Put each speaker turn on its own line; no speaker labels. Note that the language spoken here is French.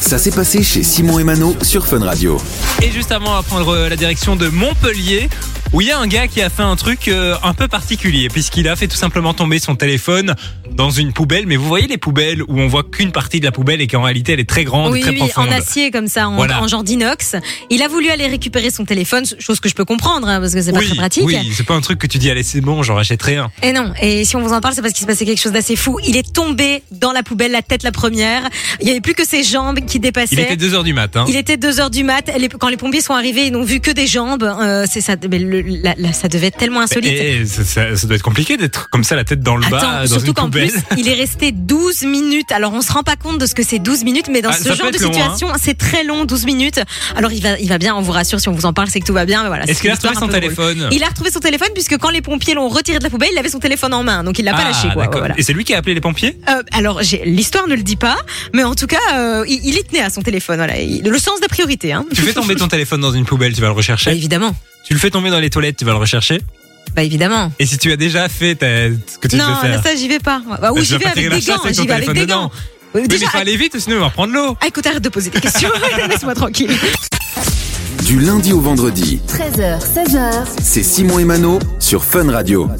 Ça s'est passé chez Simon et Mano sur Fun Radio.
Et juste avant, on va prendre euh, la direction de Montpellier, où il y a un gars qui a fait un truc euh, un peu particulier, puisqu'il a fait tout simplement tomber son téléphone dans une poubelle. Mais vous voyez les poubelles où on voit qu'une partie de la poubelle et qu'en réalité elle est très grande,
Oui,
très
oui,
profonde.
en acier comme ça, en,
Voilà.
en genre d'inox. Il a voulu aller récupérer son téléphone, chose que je peux comprendre hein, parce que c'est pas
oui,
très pratique.
oui, c'est pas un truc que tu dis allez c'est bon, j'en rachèterai un.
Et non, et si on vous en parle, c'est parce qu'il se passait quelque chose d'assez fou. Il est tombé dans la poubelle, la tête la première. Il y avait plus que ses jambes qui dépassaient.
Il était 2 heures du hein. matin.
Il était 2 heures du mat. Les- quand les pompiers sont arrivés, ils n'ont vu que des jambes. Euh, c'est ça, mais le- la- la- ça devait être tellement insolite.
Et ça, ça- ça doit être compliqué d'être comme ça la tête dans le bas
Attends,
Bah, dans
surtout
une
qu'en
poubelle.
plus, il est resté 12 minutes. Alors, on se rend pas compte de ce que c'est 12 minutes, mais dans
Ah,
ce
ça
genre
peut
de
être long,
situation, c'est très long, 12 minutes. Alors, il va, il va bien, on vous rassure, si on vous en parle, c'est que tout va bien. mais voilà,
Est-ce
c'est
qu'il a
une histoire
retrouvé son
un peu drôle.
téléphone
Il a retrouvé son téléphone puisque quand les pompiers l'ont retiré de la poubelle, il avait son téléphone en main, donc il l'a pas
Ah,
lâché quoi.
d'accord.
voilà.
Et c'est lui qui a appelé les pompiers
Euh, alors j'ai- l'histoire ne le dit pas, mais en tout cas euh, il, il y tenait à son téléphone. Voilà, Il- le sens des priorités. Hein.
Tu fais tomber ton téléphone dans une poubelle, tu vas le
Bah,
rechercher.
évidemment,
Tu le fais tomber dans les toilettes, tu vas le rechercher.
bah évidemment.
Et si tu as déjà fait ta- ce que tu
non,
devais faire
mais ça j'y vais pas. Bah,
Bah,
ou
tu
j'y
vas
vais
pas tirer
avec
la
des
chasse
gants.
avec ton
J'y vais avec
téléphone
des
dedans.
gants. Euh,
Mais il
Déjà,
faut aller vite, sinon il va prendre l'eau.
ah, écoute, arrête de poser des questions. Laisse-moi tranquille.
Du lundi au vendredi,
13h, 16h.
c'est Simon et Mano sur Fun Radio.